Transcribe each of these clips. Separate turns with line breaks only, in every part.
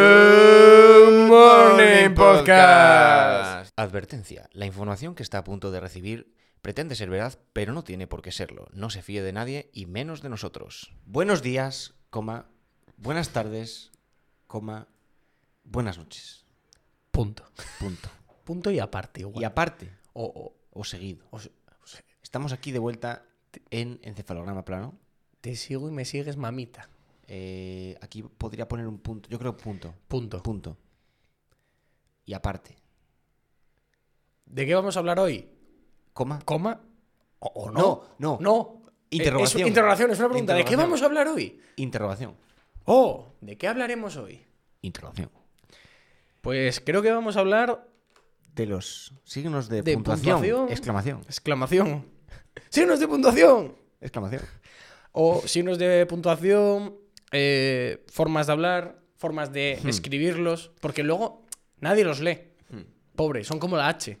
Good Morning Podcast.
Advertencia. La información que está a punto de recibir pretende ser verdad, pero no tiene por qué serlo. No se fíe de nadie y menos de nosotros. Buenos días, coma. Buenas tardes, coma. Buenas noches.
Punto.
Punto.
Punto y aparte igual.
Y aparte,
O-
o seguido.
o- o se- o se-
Estamos aquí de vuelta en encefalograma plano.
te sigo y me sigues mamita.
Eh, aquí podría poner un punto. Yo creo punto.
Punto.
Punto. Y aparte.
¿De qué vamos a hablar hoy?
Coma.
¿Coma? ¿O, o
No,
no?
no.
No.
Interrogación.
Eh, Es, interrogación, es una pregunta. ¿De qué
Interrogación.
vamos a hablar hoy?
Interrogación.
Oh, ¿de qué hablaremos hoy?
Interrogación.
Pues creo que vamos a hablar...
de los signos de,
De
puntuación,
puntuación.
Exclamación.
Exclamación. Signos de puntuación.
Exclamación.
O signos de puntuación, eh, formas de hablar, formas de
Hmm.
escribirlos, porque luego nadie los lee. Pobre, son como la H.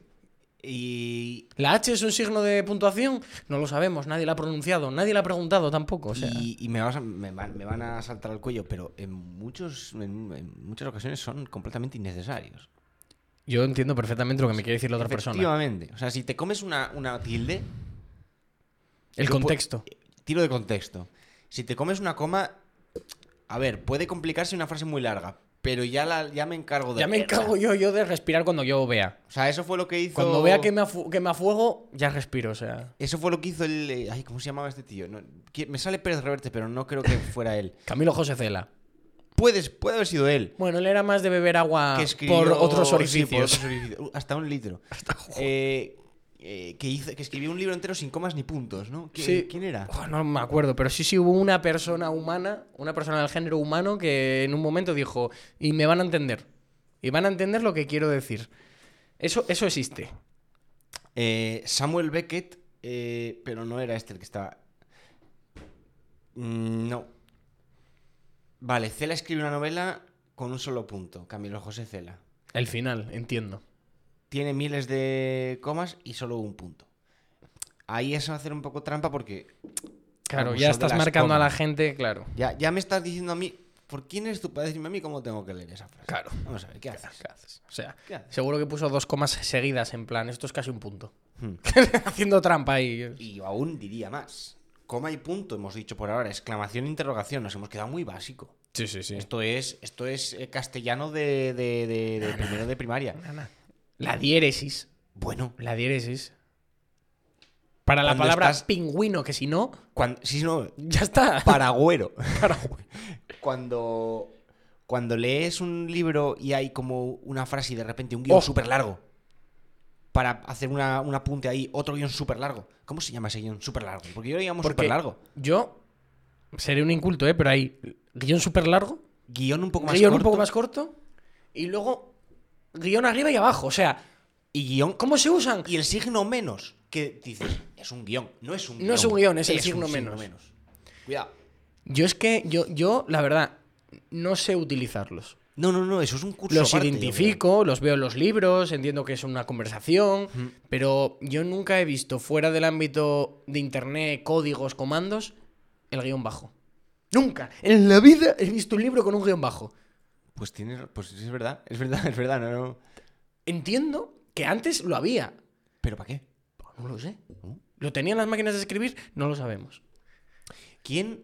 Y,
¿La H es un signo de puntuación? No lo sabemos, nadie la ha pronunciado, nadie la ha preguntado tampoco. O sea,
y- y me, vas a- me van, me van a saltar al cuello, pero en, muchos, en, en muchas ocasiones son completamente innecesarios.
yo entiendo perfectamente lo que me quiere decir la otra persona.
Efectivamente. O sea, si te comes una, una tilde,
El
Yo pu-
contexto.
tiro de contexto. Si te comes una coma, a ver, puede complicarse una frase muy larga, pero ya, la, ya me encargo de...
Ya me
leerla.
encargo yo, yo de respirar cuando yo vea.
O sea, eso fue lo que hizo...
Cuando vea que me, afu- que me afuego, ya respiro, o sea.
Eso fue lo que hizo el... eh, Ay, ¿cómo se llamaba este tío? No, que- me sale Pérez Reverte, pero no creo que fuera él.
Camilo José Cela.
Puedes, puede haber sido él.
Bueno, él era más de beber agua
que escribió-
Ah, por otros
sí, por
orificios.
otros orificios. Uh, Hasta un litro. Eh, eh, que, hizo, que escribió un libro entero sin comas ni puntos, ¿no? ¿Qui-
Sí.
¿Quién era?
Buah, Oh, no me acuerdo, pero sí, sí hubo una persona humana, una persona del género humano que en un momento dijo, y me van a entender, y van a entender lo que quiero decir. Eso, eso existe.
Eh, Samuel Beckett, eh, pero no era este el que estaba. Mm, No. Vale, Cela escribe una novela con un solo punto, Camilo José Cela.
El final, entiendo.
Tiene miles de comas y solo un punto. Ahí es hacer un poco trampa porque
Claro,
Abuso
ya
de
estás
las
marcando a la
comas.
gente, claro.
ya, ya me estás diciendo a mí, ¿por quién eres tú para decirme a mí cómo tengo que leer esa frase?
Claro.
Vamos a ver, ¿qué haces?
¿Qué haces? O sea,
¿Qué haces?
seguro que puso dos comas seguidas en plan, esto es casi un punto.
Hmm.
Haciendo trampa ahí.
Y yo aún diría más. Coma y punto, hemos dicho por ahora. Exclamación, interrogación. Nos hemos quedado muy básico.
Sí, sí, sí.
Esto es, esto es eh, castellano de, de- de- de primero de primaria.
La diéresis.
Bueno,
La diéresis. Para la
Cuando
palabra
estás-
pingüino, que si no,
cuando, si no,
ya está.
paragüero.
Para-
Cuando, cuando lees un libro y hay como una frase y de repente un guión
Oh.
súper largo para hacer una, un apunte ahí, otro guión súper largo. ¿Cómo se llama ese guión súper largo? Porque yo lo llamo
Porque
súper largo.
Yo seré un inculto, ¿eh? Pero hay guión súper largo,
Guión un poco más
guión un
corto
poco más corto y luego guión arriba y abajo. O sea,
y guión
¿cómo se usan?
Y el signo menos, que dices, es un guión, no es un
No
guión.
es un guión, es el
un
signo menos.
Cuidado.
Yo es que, yo, yo, la verdad, no sé utilizarlos.
No, no, no, eso es un curso
Los
aparte, yo
identifico, los veo en los libros, entiendo que es una conversación, pero yo nunca he visto fuera del ámbito de internet, códigos, comandos, el guión bajo. Nunca. En la vida he visto un libro con un guión bajo.
creo. Pues tienes, pues es verdad, es verdad, es verdad, no, no.
Entiendo que antes lo había.
¿Pero para qué?
No lo sé. ¿Lo tenían las máquinas de escribir? No lo sabemos.
¿Quién?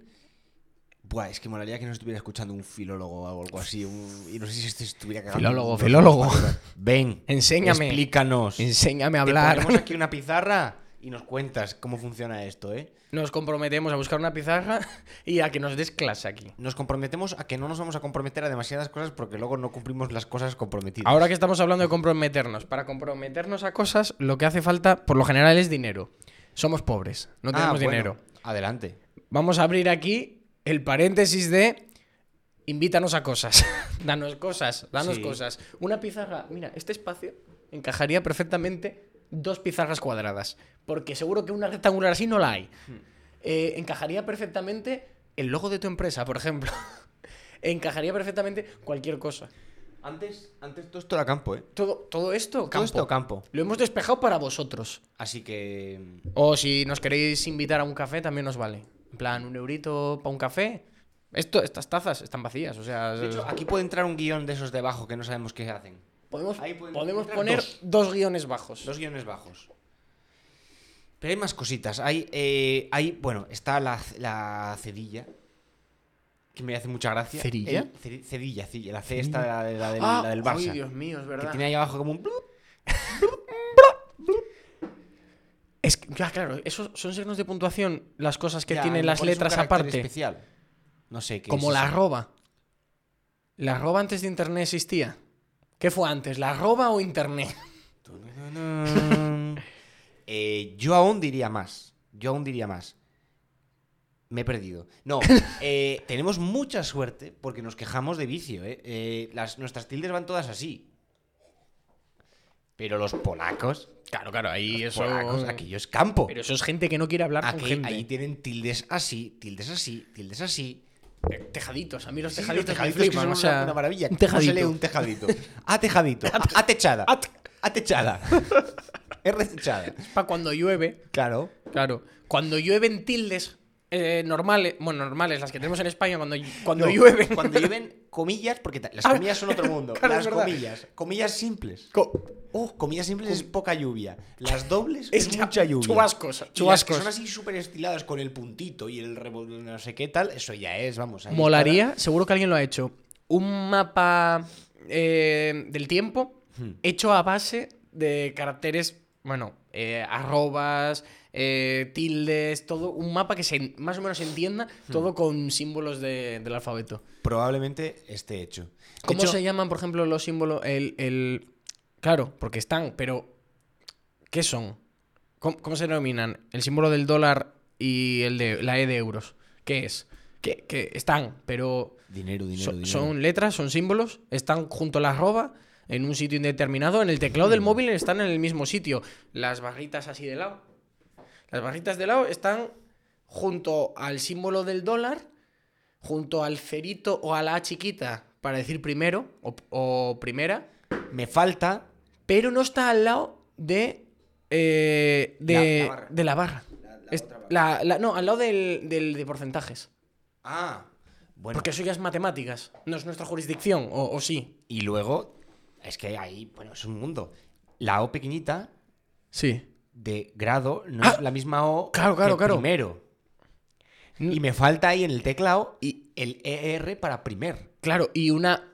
Buah, es que molaría que nos estuviera escuchando un filólogo o algo así, un- y no sé si esto estuviera cagando.
Filólogo,
No,
filólogo.
Ven,
Enséñame.
explícanos.
Enséñame a
Te
hablar.
ponemos aquí una pizarra y nos cuentas cómo funciona esto, ¿eh?
Nos comprometemos a buscar una pizarra y a que nos des clase aquí.
Nos comprometemos a que no nos vamos a comprometer a demasiadas cosas porque luego no cumplimos las cosas comprometidas.
Ahora que estamos hablando de comprometernos, para comprometernos a cosas, lo que hace falta, por lo general, es dinero. Somos pobres, no tenemos
Ah, bueno,
dinero.
Adelante.
Vamos a abrir aquí el paréntesis de invítanos a cosas. danos cosas, danos
Sí.
cosas. Una pizarra, mira, este espacio encajaría perfectamente dos pizarras cuadradas, porque seguro que una rectangular así no la hay.
Hmm.
Eh, encajaría perfectamente el logo de tu empresa, por ejemplo. encajaría perfectamente cualquier cosa.
Antes, antes todo esto era campo, ¿eh?
Todo, todo esto,
Todo
campo.
esto campo.
Lo hemos despejado para vosotros.
Así que.
O si nos queréis invitar a un café, también nos vale. En plan, un eurito para un café, Esto, estas tazas están vacías, o sea...
De hecho, aquí puede entrar un guión de esos de abajo que no sabemos qué hacen.
podemos
ahí podemos
podemos
entrar
poner
dos.
dos, guiones bajos.
Dos guiones bajos. Pero hay más cositas. Hay, eh, hay bueno, está la, la cedilla. Que me hace mucha gracia.
¿Cerilla?
El- ceri- cedilla, sí. La C esta, la, de- la del,
Ah,
la del
uy,
Barça.
Dios mío, es
que
verdad.
tiene ahí abajo como un... blup.
Es que, ya, claro, esos son signos de puntuación las cosas que
Ya,
tienen
le
las
pones un
letras
carácter
aparte.
especial. No sé qué
Como
es
la
eso.
arroba. ¿La arroba antes de internet existía? ¿Qué fue antes, la arroba o internet?
Eh, yo aún diría más. Yo aún diría más. Me he perdido. No, eh, tenemos mucha suerte porque nos quejamos de vicio. ¿eh? Eh, las, nuestras tildes van todas así. Pero los polacos,
Claro, claro, ahí
los polacos, aquello es campo.
Pues Pero eso es gente que no quiere hablar
Aquí-
con gente.
ahí tienen tildes así, tildes así, tildes así.
Tejaditos, a mí los
Sí,
tejaditos,
los
me
tejaditos que
flipan,
son
o sea,
una, una maravilla.
Un
¿Cómo se
tejadito.
lee un tejadito? A tejadito. A, a techada.
A te-
A techada. R techada.
Para cuando llueve,
Claro.
claro. Cuando llueven tildes eh, normales, bueno, normales, las que tenemos en España, cuando, cuando
No,
llueven.
Cuando llueven, comillas, porque ta- las
Ah,
comillas son otro mundo.
claro,
las
es verdad.
comillas. Comillas simples.
Co-
Oh, comillas simples es poca lluvia. Las dobles es,
Es ya
mucha lluvia.
chubascos,
Y las que
chubascos.
son así súper estiladas con el puntito y el revol- no sé qué tal. Eso ya es, vamos. ahí
Molaría, seguro que alguien lo ha hecho, un mapa eh, del tiempo
Hmm.
hecho a base de caracteres, bueno, eh, arrobas, eh, tildes, todo, un mapa que se, en- más o menos se entienda,
Hmm.
todo con símbolos de- del alfabeto.
está. Probablemente esté hecho. De
¿Cómo
hecho,
se llaman, por ejemplo, los símbolos? El, el- Claro, porque están, pero ¿qué son? ¿Cómo, cómo se denominan? El símbolo del dólar y el de la E de euros. ¿Qué es? Que, que están, pero
Dinero, dinero,
son,
dinero.
son letras, son símbolos, están junto a la arroba en un sitio indeterminado, en el teclado del móvil están en el mismo sitio, las barritas así de lado. Las barritas de lado están junto al símbolo del dólar, junto al cerito o a la A chiquita para decir primero o, o primera,
Me falta
pero no está al lado de eh,
La-
de,
la barra.
de la barra. Es- la- la- no, al lado del- del de porcentajes.
Ah, bueno.
Porque eso ya es matemáticas, no es nuestra jurisdicción, o, o sí.
Y luego, es que ahí, bueno, es un mundo. La O pequeñita
Sí.
de grado no
Ah,
es la misma O
claro, claro,
que
claro.
primero.
N-
Y me falta ahí en el teclado y el ER para primer.
Claro, y una.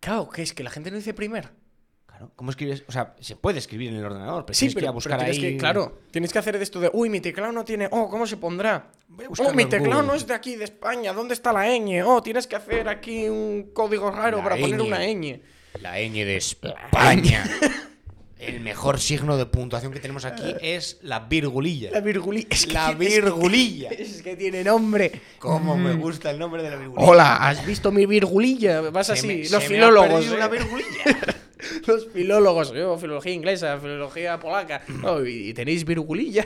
Claro, que es que la gente no dice primer.
Claro. ¿Cómo escribes? O sea, se puede escribir en el ordenador, pero tienes que ir a buscar
tienes
ahí.
que- claro, tienes que hacer de esto de. Uy, mi teclado no tiene. Oh, ¿cómo se pondrá?
Voy a
Oh,
buscarlo
mi
en
teclado
Google.
no es de aquí, de España. ¿Dónde está la ñ? Oh, tienes que hacer aquí un código raro
La
para poner
ñ.
una ñ.
La ñ de España. el mejor signo de puntuación que tenemos aquí es la virgulilla.
La virgulilla. Es que,
La
es que-
virgulilla.
Es que tiene nombre. Mm.
Cómo me gusta el nombre de la virgulilla.
Hola, ¿has visto mi virgulilla? Vas
Se
así.
me-
los
se me ha
filólogos.
perdido
¿eh?
una virgulilla.
Los filólogos, yo, filología inglesa, filología polaca. Oh, y, y tenéis virgulilla.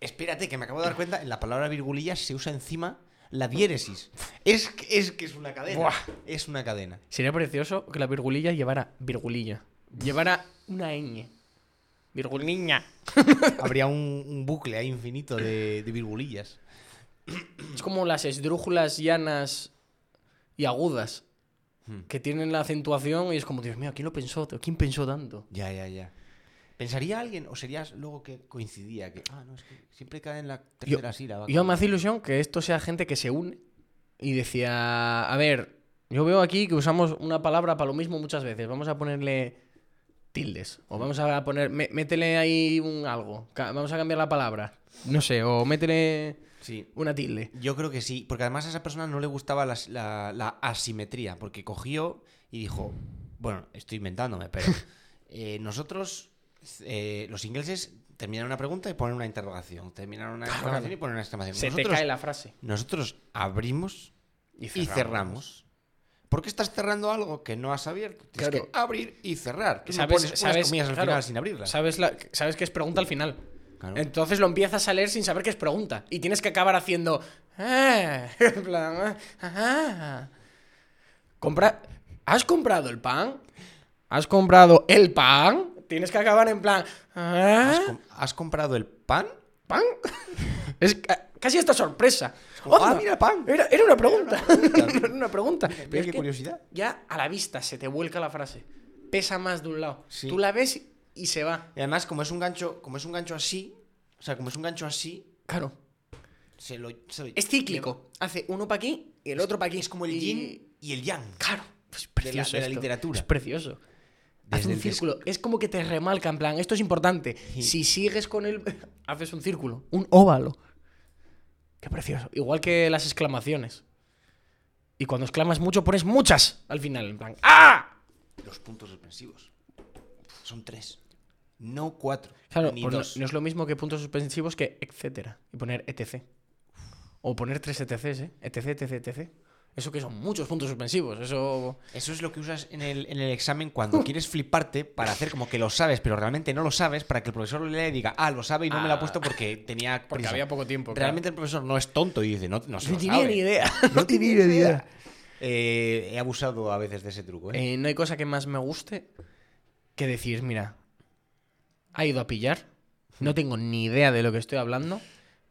Espérate, que me acabo de dar cuenta, en la palabra virgulilla se usa encima la diéresis. Es, que- es que es una cadena.
Buah.
Es una cadena.
Sería precioso que la virgulilla llevara virgulilla. Llevara una ñ. Virguliña.
Habría un, un bucle ahí infinito de, de virgulillas.
Es como las esdrújulas llanas y agudas. Que tienen la acentuación y es como, Dios mío, ¿quién lo pensó? tío? ¿Quién pensó tanto?
Ya, ya, ya. ¿Pensaría alguien o serías luego que coincidía? Que, ah, no, es que siempre cae en la tercera sílaba.
Yo me hace ilusión que esto sea gente que se une y decía, a ver, yo veo aquí que usamos una palabra para lo mismo muchas veces, vamos a ponerle tildes, o vamos a poner, mé- métele ahí un algo, ca- vamos a cambiar la palabra, no sé, o métele
Sí.
una tilde.
Yo creo que sí, porque además a esa persona no le gustaba las- la, la asimetría, porque cogió y dijo, bueno, estoy inventándome, pero eh, nosotros, eh, los ingleses, terminan una pregunta y ponen una interrogación, terminan una interrogación
claro.
y ponen una exclamación.
Se te
nosotros,
cae la frase.
nosotros abrimos
Y
y cerramos. ¿Por qué estás cerrando algo que no has abierto? Tienes
Claro.
que abrir y cerrar. Tú no
Sabes-
pones unas
sabes-
comillas al
claro,
final sin abrirlas.
Sabes, la- sabes que es pregunta al final.
Claro.
Entonces lo empiezas a leer sin saber que es pregunta. Y tienes que acabar haciendo. "Ah", en plan, "Ah, ah". Compra- ¿Has comprado el pan? ¿Has comprado el pan? Tienes que acabar en plan. "Ah,
¿Has, com- has comprado el pan?
¿Pan? Es, ca- casi hasta sorpresa.
como,
Anda,
ah, mira, pan.
Era, era una pregunta. Era una pregunta.
Mira,
Pero es
qué
que
curiosidad.
Ya a la vista se te vuelca la frase. Pesa más de un lado.
Sí.
Tú la ves y se va.
Y además, como es un gancho, como es un gancho así, o sea, como es un gancho así,
Claro.
se lo. se lo-
Es cíclico. Hace uno para aquí y el otro para aquí.
Es como el
Y-
yin y el yang.
Claro. Es
la- de
precioso.
la
esto.
literatura.
Es precioso. Hace
Desde
un
el des-
círculo. Es como que te remarca, en plan, esto es importante.
Sí.
Si sigues con él, haces un círculo, un óvalo. Qué precioso. Igual que las exclamaciones. Y cuando exclamas mucho, pones muchas al final, en plan, ¡ah!
Los puntos suspensivos. Son tres. No cuatro.
Claro,
ni
pues no,
dos.
no es lo mismo que puntos suspensivos que etcétera. Y poner etc. O poner tres etcs, ¿eh? Etc, etc, etc. Eso que son muchos puntos suspensivos. Eso.
Eso es lo que usas en el, en el examen cuando quieres fliparte para hacer como que lo sabes, pero realmente no lo sabes, para que el profesor lo lea y diga, ah, lo sabe y no me lo ha
Ah.
puesto porque tenía.
Porque
prisa".
había poco tiempo. claro.
Realmente el profesor no es tonto y dice, no, no se
No
lo
tenía
sabe".
ni idea.
No tenía ni idea. Eh, he abusado a veces de ese truco, ¿eh?
Eh, no hay cosa que más me guste que decir, mira, ha ido a pillar, no tengo ni idea de lo que estoy hablando,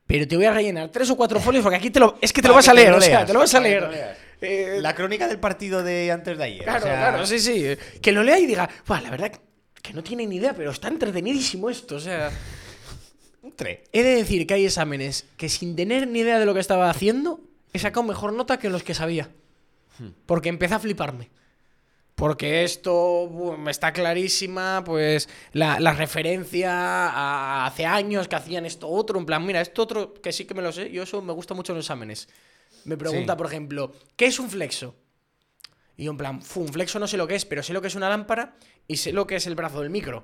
pero te voy a rellenar tres o cuatro folios porque aquí te lo, es que te lo
Para
vas
que
a
te
leer,
lo
o sea,
leas,
te lo vas a
para que
leer.
lo leas.
Eh,
La crónica del partido de antes de ayer.
claro,
o sea,
claro, sí, sí. eh, Que lo lea y diga, "Buah, la verdad que no tiene ni idea, pero está entretenidísimo esto, o sea...
un tres.
He de decir que hay exámenes que sin tener ni idea de lo que estaba haciendo, he sacado mejor nota que los que sabía. Porque empecé a fliparme. Porque esto bu- me está clarísima, pues la, la referencia a hace años que hacían esto otro, en plan, mira, esto otro que sí que me lo sé, yo eso me gusta mucho en los exámenes. Me pregunta,
Sí.
por ejemplo, ¿qué es un flexo? Y yo en plan, "Fu, un flexo no sé lo que es, pero sé lo que es una lámpara y sé lo que es el brazo del micro.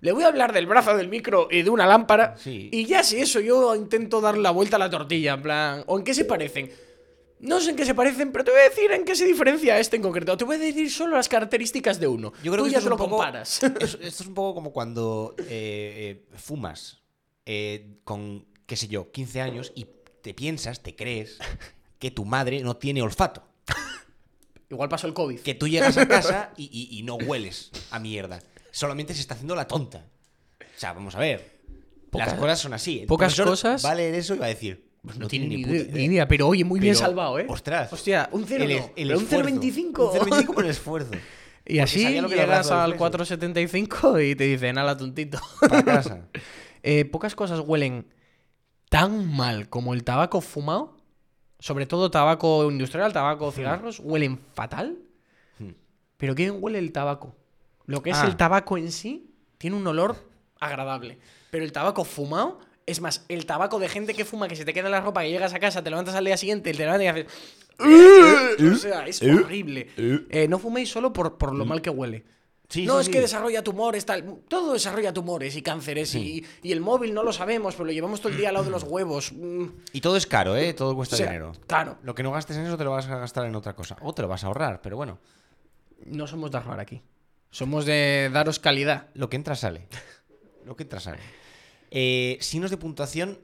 Le voy a hablar del brazo del micro y de una lámpara
Sí.
y ya si eso yo intento dar la vuelta a la tortilla, en plan, ¿o en qué se parecen? No sé en qué se parecen, pero te voy a decir en qué se diferencia este en concreto. Te voy a decir solo las características de uno.
Yo creo
Tú
que
ya
esto es
te
un
lo
poco-
comparas.
Es- esto es un poco como cuando eh, eh, fumas eh, con, qué sé yo, 15 años y te piensas, te crees que tu madre no tiene olfato.
Igual pasó el COVID.
Que tú llegas a casa y, y- y no hueles a mierda. Solamente se está haciendo la tonta. O sea, vamos a ver.
Pocas-
Las cosas son así. El
pocas
profesor
cosas-
Va a leer eso y va a decir.
Pues no, tiene, ni,
puta
idea, ni idea, pero oye, muy bien
Pero,
salvado, ¿eh?
ostras.
Hostia, un 0
El es-
no,
el
pero un
esfuerzo.
0,25.
Un 0,25 por el esfuerzo.
Y
Porque
así
sabía lo que era el
llegas
brazo del
al
preso.
475 y te dicen, ala, tontito.
Para casa.
Eh, pocas cosas huelen tan mal como el tabaco fumado, sobre todo tabaco industrial, tabaco cigarros, huelen fatal.
Hmm.
Pero ¿quién huele el tabaco? Lo que es
Ah.
el tabaco en sí tiene un olor agradable. Pero el tabaco fumado, es más, el tabaco de gente que fuma, que se te queda en la ropa, que llegas a casa, te levantas al día siguiente, te levantas y haces... O sea,
eh,
es horrible. Eh, no fuméis solo por, por lo mal que huele.
Mm. Sí,
no
sí,
es
sí.
que desarrolla tumores, tal. Todo desarrolla tumores y cánceres. Y, y el móvil no lo sabemos, pero lo llevamos todo el día al lado de los huevos. Mm,
Y todo es caro, ¿eh? Todo
o
cuesta
sea,
dinero.
Claro,
Lo que no gastes en eso te lo vas a gastar en otra cosa. O te lo vas a ahorrar, pero bueno.
no somos de robar aquí. Somos de daros calidad.
Lo que entra sale. Lo que entra sale. Eh, signos de puntuación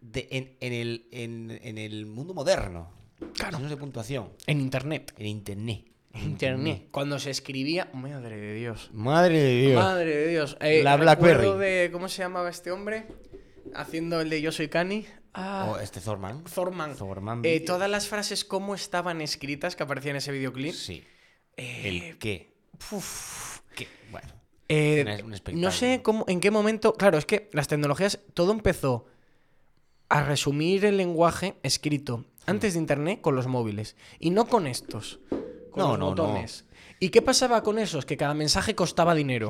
de- en, en el, en- en el mundo moderno.
Claro.
Signos de puntuación.
En internet.
En internet.
Internet. Cuando se escribía. Madre de Dios.
Madre de Dios.
Madre de Dios. Eh,
La
recuerdo
Blackberry.
de. ¿Cómo se llamaba este hombre? Haciendo el de Yo soy Cani. Ah.
O este Thorman.
Thorman.
Thorman
Eh,
Video.
todas las frases, cómo estaban escritas que aparecían en ese videoclip.
Sí.
Eh,
El qué.
puf.
¿Qué? Bueno.
Eh,
Una- un espectáculo.
no sé cómo, en qué momento. Claro, es que las tecnologías, todo empezó a resumir el lenguaje escrito antes de internet con los móviles. Y no con estos. Con
No, no,
los
no.
botones. ¿Y qué pasaba con esos? Que cada mensaje costaba dinero.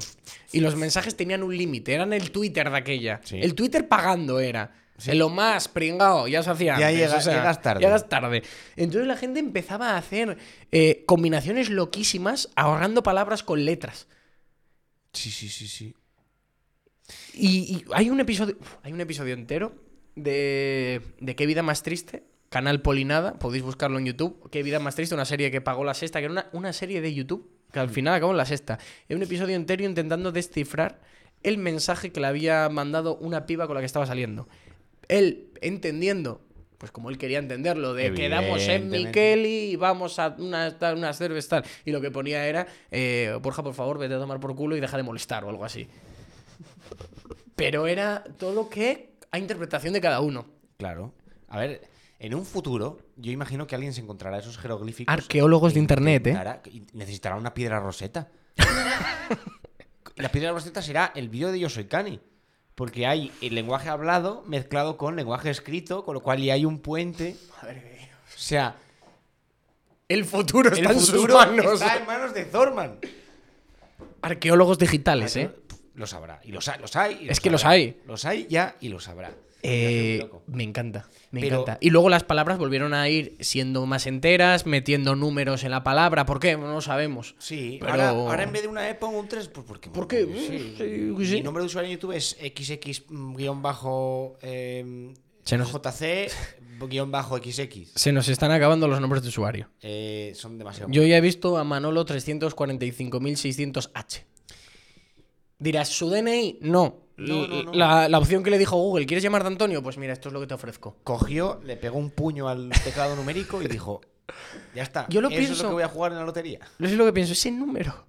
Y los mensajes tenían un límite. Eran el Twitter de aquella.
Sí.
El Twitter pagando era. Lo más pringado, ya se hacía.
Ya
antes,
llega-
o sea,
llegas tarde.
Llegas tarde. Entonces la gente empezaba a hacer eh, combinaciones loquísimas ahorrando palabras con letras.
Sí, sí, sí, sí.
Y, y hay un episodio. uf, Hay un episodio entero de. de Qué vida más triste. Canal Polinada, podéis buscarlo en YouTube. Qué vida más triste, una serie que pagó la sexta, que era una, una serie de YouTube, que al final acabó en la sexta. Es un episodio entero intentando descifrar el mensaje que le había mandado una piba con la que estaba saliendo. Él entendiendo, pues como él quería entenderlo, de quedamos en
Evidentemente.
Miquel. Kelly, vamos a una, tal, unas cervezas, tal. Y lo que ponía era, eh, Borja, por favor, vete a tomar por culo y deja de molestar o algo así. Pero era todo que a interpretación de cada uno.
Claro. A ver, en un futuro, yo imagino que alguien se encontrará esos jeroglíficos.
Arqueólogos
e
de internet, ¿eh?
intentará- y Necesitará una piedra roseta. la piedra roseta será el vídeo de Yo Soy Cani. Porque hay el lenguaje hablado mezclado con lenguaje escrito, con lo cual ya hay un puente.
Madre de Dios.
O sea,
El futuro está
el
en sus
futuro
manos.
está en manos de Thorman.
Arqueólogos digitales, ¿eh?
Lo sabrá. Y los, ha- los hay. y
Es que los
sabrá.
hay.
Los hay ya y los sabrá.
Eh,
Me hace muy loco.
me encanta, me
Pero-
encanta. Y luego las palabras volvieron a ir siendo más enteras, metiendo números en la palabra. ¿Por qué? No lo sabemos.
Sí,
Pero-
ahora, ahora en vez de una E pongo un 3, pues porque...
¿Por qué?
Sí.
Sí,
Mi
sí.
nombre de usuario en YouTube es mm, em,
Se nos-
xx-jc-xx.
Se nos están acabando los nombres de usuario.
Eh, son demasiado...
Yo ya he visto a Manolo 345.600H. Dirás, ¿su DNI? No.
No, no, no.
La, la opción que le dijo Google, ¿quieres llamarte Antonio? Pues mira, esto es lo que te ofrezco.
Cogió, le pegó un puño al teclado numérico y dijo, ya está,
Yo lo
eso es
pienso.
lo que voy a jugar en la lotería.
No sé lo que pienso, ese número.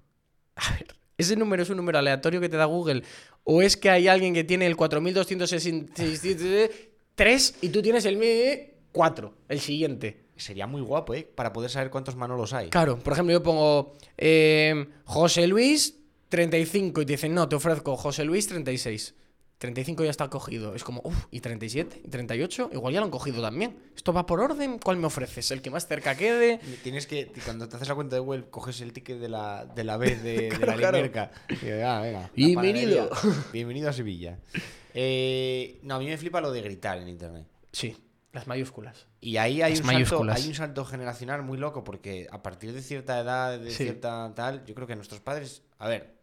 A ver, ese número es un número aleatorio que te da Google. O es que hay alguien que tiene el 4263 y tú tienes el mi- 4, el siguiente.
Sería muy guapo, ¿eh? Para poder saber cuántos Manolos hay.
Claro, por ejemplo, yo pongo eh, José Luis 35 y te dicen, no, te ofrezco José Luis 36. 35 ya está cogido. Es como, uff, y 37, y 38, igual ya lo han cogido también. Esto va por orden, ¿cuál me ofreces? El que más cerca quede.
Tienes que, cuando te haces la cuenta de Google, coges el ticket de la, de la B de, de la
Claro, claro.
Limerca. Y, ah, venga, la
Bienvenido.
panadería. Bienvenido a Sevilla. Eh, no, a mí me flipa lo de gritar en internet.
Sí, las mayúsculas.
Y ahí hay
Las
un, salto,
mayúsculas.
hay un salto generacional muy loco, porque a partir de cierta edad, de
Sí.
cierta tal, yo creo que nuestros padres, a ver,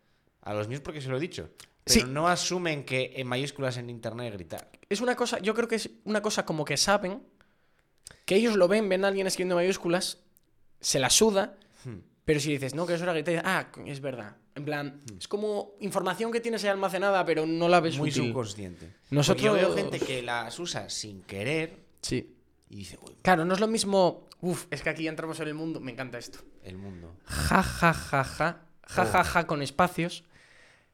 a los míos porque se lo he dicho,
Sí.
pero no asumen que en mayúsculas en internet gritar.
Es una cosa, yo creo que es una cosa como que saben, que ellos lo ven, ven a alguien escribiendo mayúsculas, se la suda,
Hmm.
pero si dices, no, que eso era gritar, ah, co- es verdad. En plan, es como información que tienes ahí almacenada, pero no la ves
Muy
útil.
subconsciente.
Nosotros-
Porque Yo veo gente que las usa sin querer
Sí.
y dice, "Uy,
Claro, no es lo mismo, uf, es que aquí ya entramos en el mundo, me encanta esto.
el mundo.
Ja, ja, ja, ja, ja, ja, ja
Oh.
con espacios.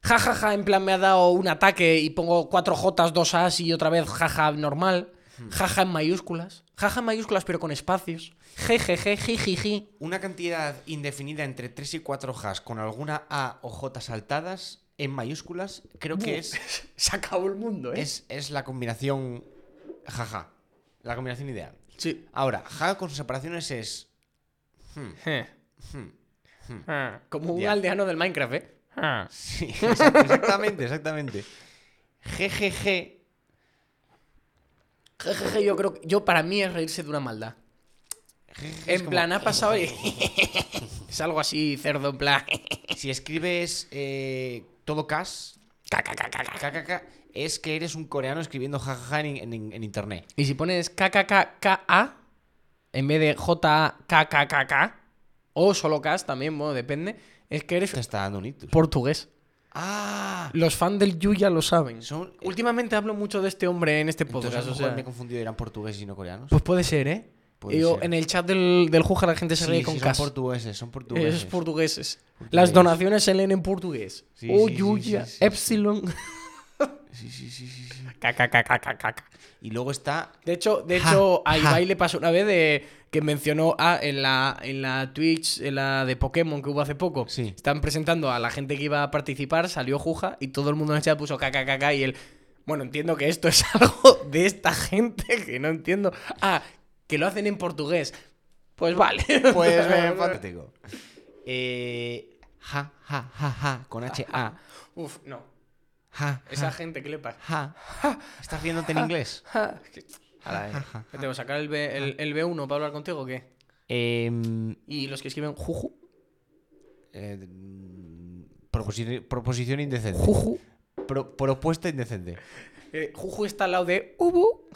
Ja, ja, ja, en plan me ha dado un ataque y pongo cuatro Jotas, dos As y otra vez jaja normal.
Hmm.
Jaja en mayúsculas. Jaja en mayúsculas pero con espacios. Jejeje, jijiji.
Una cantidad indefinida entre 3 y 4 hojas con alguna A o J saltadas en mayúsculas, creo que es,
Se acabó el mundo, ¿eh?
es, es la combinación jaja. La combinación ideal.
Sí.
Ahora, ja con sus separaciones es. hmm, hmm.
Ah, Como un
Ya.
aldeano del Minecraft, ¿eh? Ah.
Sí, exact- exactamente, exactamente. GGG.
Jejeje, yo creo que. Yo para mí es reírse de una maldad.
GGG es
En
como-
plan, ha pasado y. es algo así, cerdo, en plan.
Si escribes eh, todo cas,
Ca, ca, ca, ca, ca.
kkk, es que eres un coreano escribiendo jajaja en, en- en internet.
Y si pones KKKKA en vez de JKKKK o solo K también, bueno, depende, es que eres
Te está dando un ictus.
portugués.
¡Ah!
Los fans del Yuya lo saben.
Son,
Últimamente hablo mucho de este hombre en este
Entonces,
podcast.
a lo
o
mejor
sea,
me he confundido, eran portugueses y no coreanos.
pues puede ser, ¿eh?
Puede
Yo,
ser.
En el chat del, del Juja la gente se
Sí,
ríe
sí,
con
son
K.
portugueses, son portugueses.
Esos portugueses. Las
Portugués.
donaciones se leen en portugués.
Sí,
oh,
sí, sí,
Yuya,
sí, sí, sí.
Epsilon.
Sí, sí, sí, sí, sí.
KKKKKK.
Y luego está
De hecho, de
Ja,
hecho a
ja.
Ibai le pasó una vez de que mencionó a, en, la, en la Twitch, en la de Pokémon que hubo hace poco.
Sí.
Estaban presentando a la gente que iba a participar, salió Juja y todo el mundo en el chat puso KKKK y él. Bueno, entiendo que esto es algo de esta gente que no entiendo. Ah, que lo hacen en portugués. Pues vale.
Pues eh, fantástico. Eh, ja, ja, ja, ja, con H, A.
Uf, no.
Ja,
Esa
ja,
gente, ¿qué le pasa?
ja. ¿Estás riéndote en inglés?
Ja, que-
A la vez.
¿Qué ¿Tengo que sacar el, B, el, el B1 para hablar contigo o qué?
Em,
Y los que escriben juju,
eh, mm, proposi- proposición indecente.
juju.
Pro- propuesta indecente.
Eh, juju está al lado de ubu.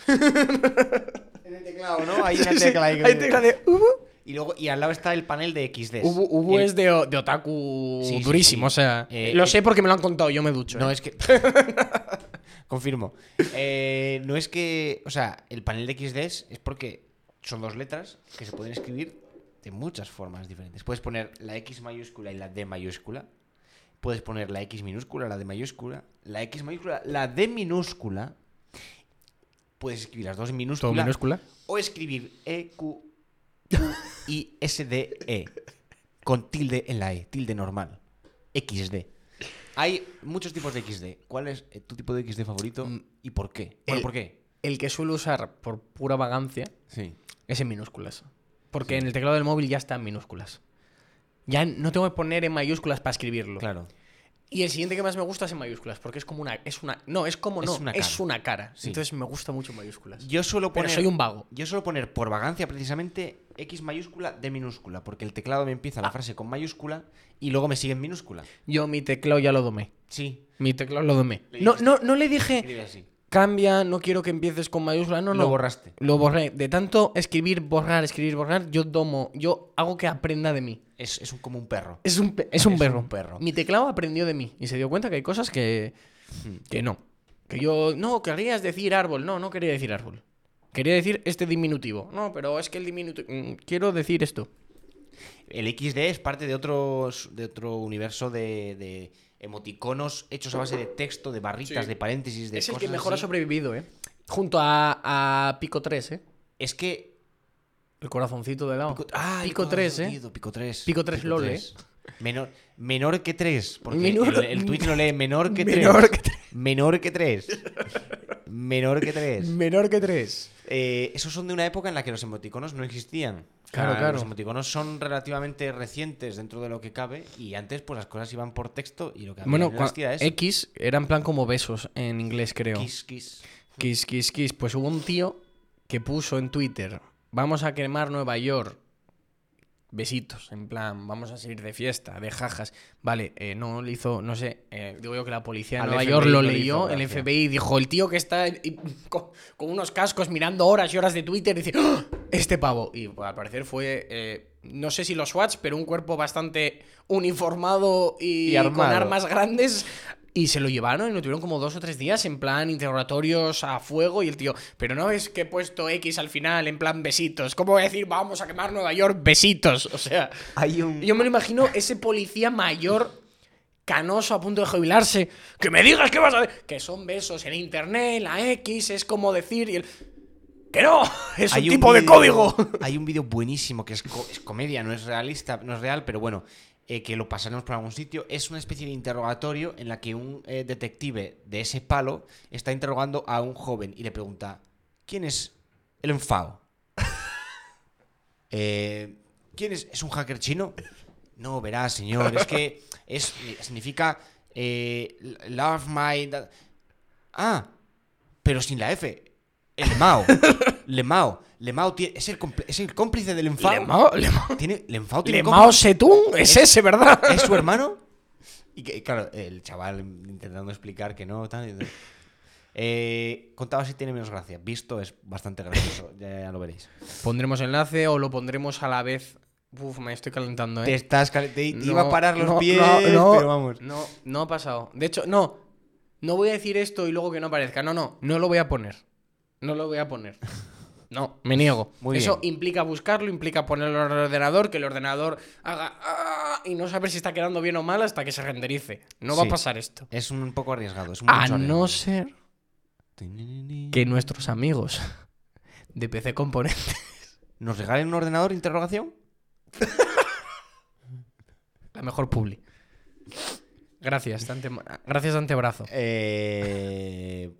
En el teclado, ¿no? Hay
Sí, sí, hay tecla de ubu.
Y, luego, y al lado está el panel de XD.
Ubu, ubu
El-
es de, o- de otaku
eh, Sí, sí,
durísimo,
sí.
o sea.
Eh,
lo
eh,
sé porque me lo han contado, yo me ducho.
No
eh.
es que. Confirmo. Eh, no es que. O sea, el panel de XD es es porque son dos letras que se pueden escribir de muchas formas diferentes. Puedes poner la X mayúscula y la D mayúscula. Puedes poner la X minúscula, la D mayúscula. La X mayúscula, la D minúscula. puedes escribir las dos en
Todo
minúscula
minúscula.
o escribir E, Q, Q, I, S, D, E. Con tilde en la E, tilde normal. XD. Hay muchos tipos de XD. ¿Cuál es eh, tu tipo de XD favorito
Mm.
y por qué? Bueno,
El-
¿por qué?
El que suelo usar por pura vagancia
Sí.
es en minúsculas. Porque en el teclado del móvil ya está en minúsculas. Ya no tengo que poner en mayúsculas para escribirlo.
Claro.
Y el siguiente que más me gusta es en mayúsculas, porque es como una. Es una no, es como
Es
no,
una
es
cara.
una cara.
Sí.
Entonces me gusta mucho en mayúsculas.
Yo suelo
Pero
poner.
soy un vago.
Yo suelo poner por vagancia precisamente X mayúscula de minúscula, porque el teclado me empieza
Ah.
la frase con mayúscula y luego me sigue en minúscula.
Yo mi teclado ya lo domé.
Sí.
Mi teclado lo domé.
Le
No,
dijiste-
no, no le dije,
Escribe así.
cambia, no quiero que empieces con mayúsculas. Eh, No, no.
Lo borraste.
Lo borré. De tanto escribir, borrar, escribir, borrar, yo domo. Yo hago que aprenda de mí.
Es, es un, como un perro.
Es un, pe- es un
Es
perro.
un perro.
Mi teclado aprendió de mí y se dio cuenta que hay cosas que, que no. Que yo, no, querrías decir árbol. No, no quería decir árbol. Quería decir este diminutivo. No, pero es que el diminutivo... Quiero decir esto.
El XD es parte de, otros, de otro universo de, de emoticonos hechos a base de texto, de barritas,
Sí.
de paréntesis, de
es el
cosas
que mejor ha
así.
sobrevivido, ¿eh? Junto a, a Pico 3, ¿eh?
Es que.
El corazoncito de lado.
Pico, ah, el
Pico
cuadro
3, ¿eh?
sentido, Pico 3.
Pico 3 LOL,
Menor, menor que 3. Porque
Menor-
el, el tweet lo lee menor que 3.
Menor que tres.
Menor que 3. menor que 3.
Menor que 3.
esos son de una época en la que los emoticonos no existían. Ah,
Claro, claro.
Los emoticonos son relativamente recientes dentro de lo que cabe y antes pues las cosas iban por texto y lo que había
Bueno,
en las
cua-
tiras es
X era en plan como besos en inglés, creo.
kiss, kiss.
Kiss, kiss, kiss. Pues hubo un tío que puso en Twitter, vamos a quemar Nueva York. Besitos, en plan, vamos a salir de fiesta, de jajas. Vale, eh, no lo hizo, no sé, eh, digo yo que la policía de
Al
Nueva
FBI
York
no
lo
le
leyó,
hizo
el
gracia.
FBI dijo, el tío que está y- con, con unos cascos mirando horas y horas de Twitter, dice, "¡Ah! este pavo. Y pues, al parecer fue, eh, no sé si los SWATs, pero un cuerpo bastante uniformado y,
Y armado.
con armas grandes y se lo llevaron y lo tuvieron como dos o tres días en plan interrogatorios a fuego y el tío, pero no es que he puesto X al final en plan besitos. ¿Cómo voy a decir vamos a quemar Nueva York besitos? O sea,
Hay un
yo me lo imagino ese policía mayor canoso a punto de jubilarse, que me digas que vas a ver, que son besos en internet, la X es como decir y el que no, es un,
Hay
tipo de
vídeo-
código.
Hay un vídeo buenísimo que es, co- es comedia, no es realista, no es real, pero bueno, eh, que lo pasaremos por algún sitio. Es una especie de interrogatorio en la que un eh, detective de ese palo está interrogando a un joven y le pregunta: ¿Quién es el enfado? Eh, ¿Quién es? ¿Es un hacker chino? No, verás, señor, es que es, significa eh, love my. da- Ah, pero sin la F. El Mao. Lemao. Lemao tie- es, el compl- es el cómplice del Enfao.
Lemao, Lemao,
Tiene, Lemao tiene
Lemao
cómplice.
Zedong, es ese, ¿verdad?
¿Es su hermano? Y que, claro, el chaval intentando explicar que no. Tal, y tal. Eh, contaba si tiene menos gracia. Visto es bastante gracioso. Ya, ya lo veréis.
Pondremos enlace o lo pondremos a la vez. Uf, me estoy calentando,
Te
eh.
estás cal- te
No,
iba a parar los
no,
pies,
no, no,
pero vamos.
No, no ha pasado. De hecho, no. No voy a decir esto y luego que no aparezca. No, no, no lo voy a poner. No lo voy a poner. No, me niego.
Muy
Eso
bien.
implica buscarlo, implica ponerlo en el ordenador, que el ordenador haga "Ah", y no saber si está quedando bien o mal hasta que se renderice. No va a
Sí.
pasar esto.
Es un poco arriesgado. Es un
A
mucho
no
arriesgado.
ser que nuestros amigos de PC Componente
¿Nos regalen un ordenador? Interrogación.
la mejor publi. Gracias, de antema- gracias de antebrazo.
Eh,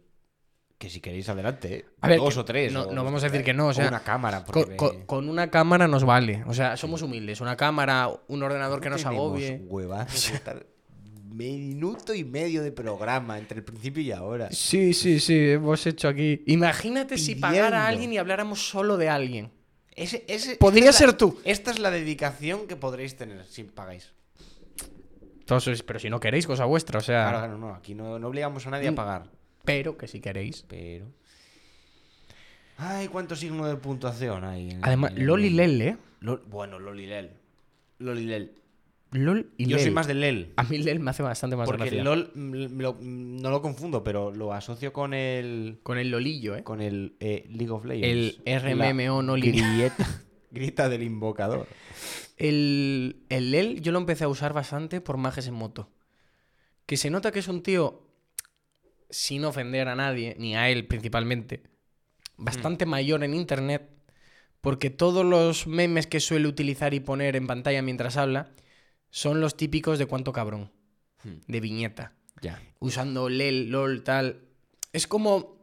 que si queréis adelante, ¿eh?
A ver,
dos
que
o tres.
no-
o-
no vamos a decir que no, o sea,
una cámara.
Co-
porque-
co- Con, una cámara nos vale. O sea, somos humildes. Una cámara, un ordenador que nos
Tenemos
agobie.
huevazos de estar minuto y medio de programa entre el principio y ahora.
Sí, sí, sí, hemos hecho aquí. Imagínate si pagara a
Pidiendo.
alguien y habláramos solo de alguien.
Ese- ese-
Podría
esta es la-
ser tú.
Esta es la dedicación que podréis tener si pagáis.
Entonces, pero si no queréis, cosa vuestra, o sea.
Claro, claro, no. Aquí no, no obligamos a nadie a
Ah. Mm.
pagar.
Pero que si queréis.
Pero. Ay, cuánto signo de puntuación hay. en-
Además,
en el-
LOL y LEL, ¿eh?
Lo- bueno, Loli Lel. Loli Lel.
LOL y
Yo
LEL.
soy más de Lel.
A mí LEL me hace bastante más
Porque
gracia.
LOL mm, lo- mm, no lo confundo, pero lo asocio con el
Con el LOLillo, ¿eh?
con el eh, League of Legends.
El RMMO no
La
lineal.
Grieta, grieta del invocador.
El, el LEL yo lo empecé a usar bastante por majes en moto. Que se nota que es un tío sin ofender a nadie, ni a él principalmente, bastante mayor en internet, porque todos los memes que suele utilizar y poner en pantalla mientras habla son los típicos de cuánto cabrón,
Hmm.
de viñeta,
Ya.
usando lel, lol, tal. Es como.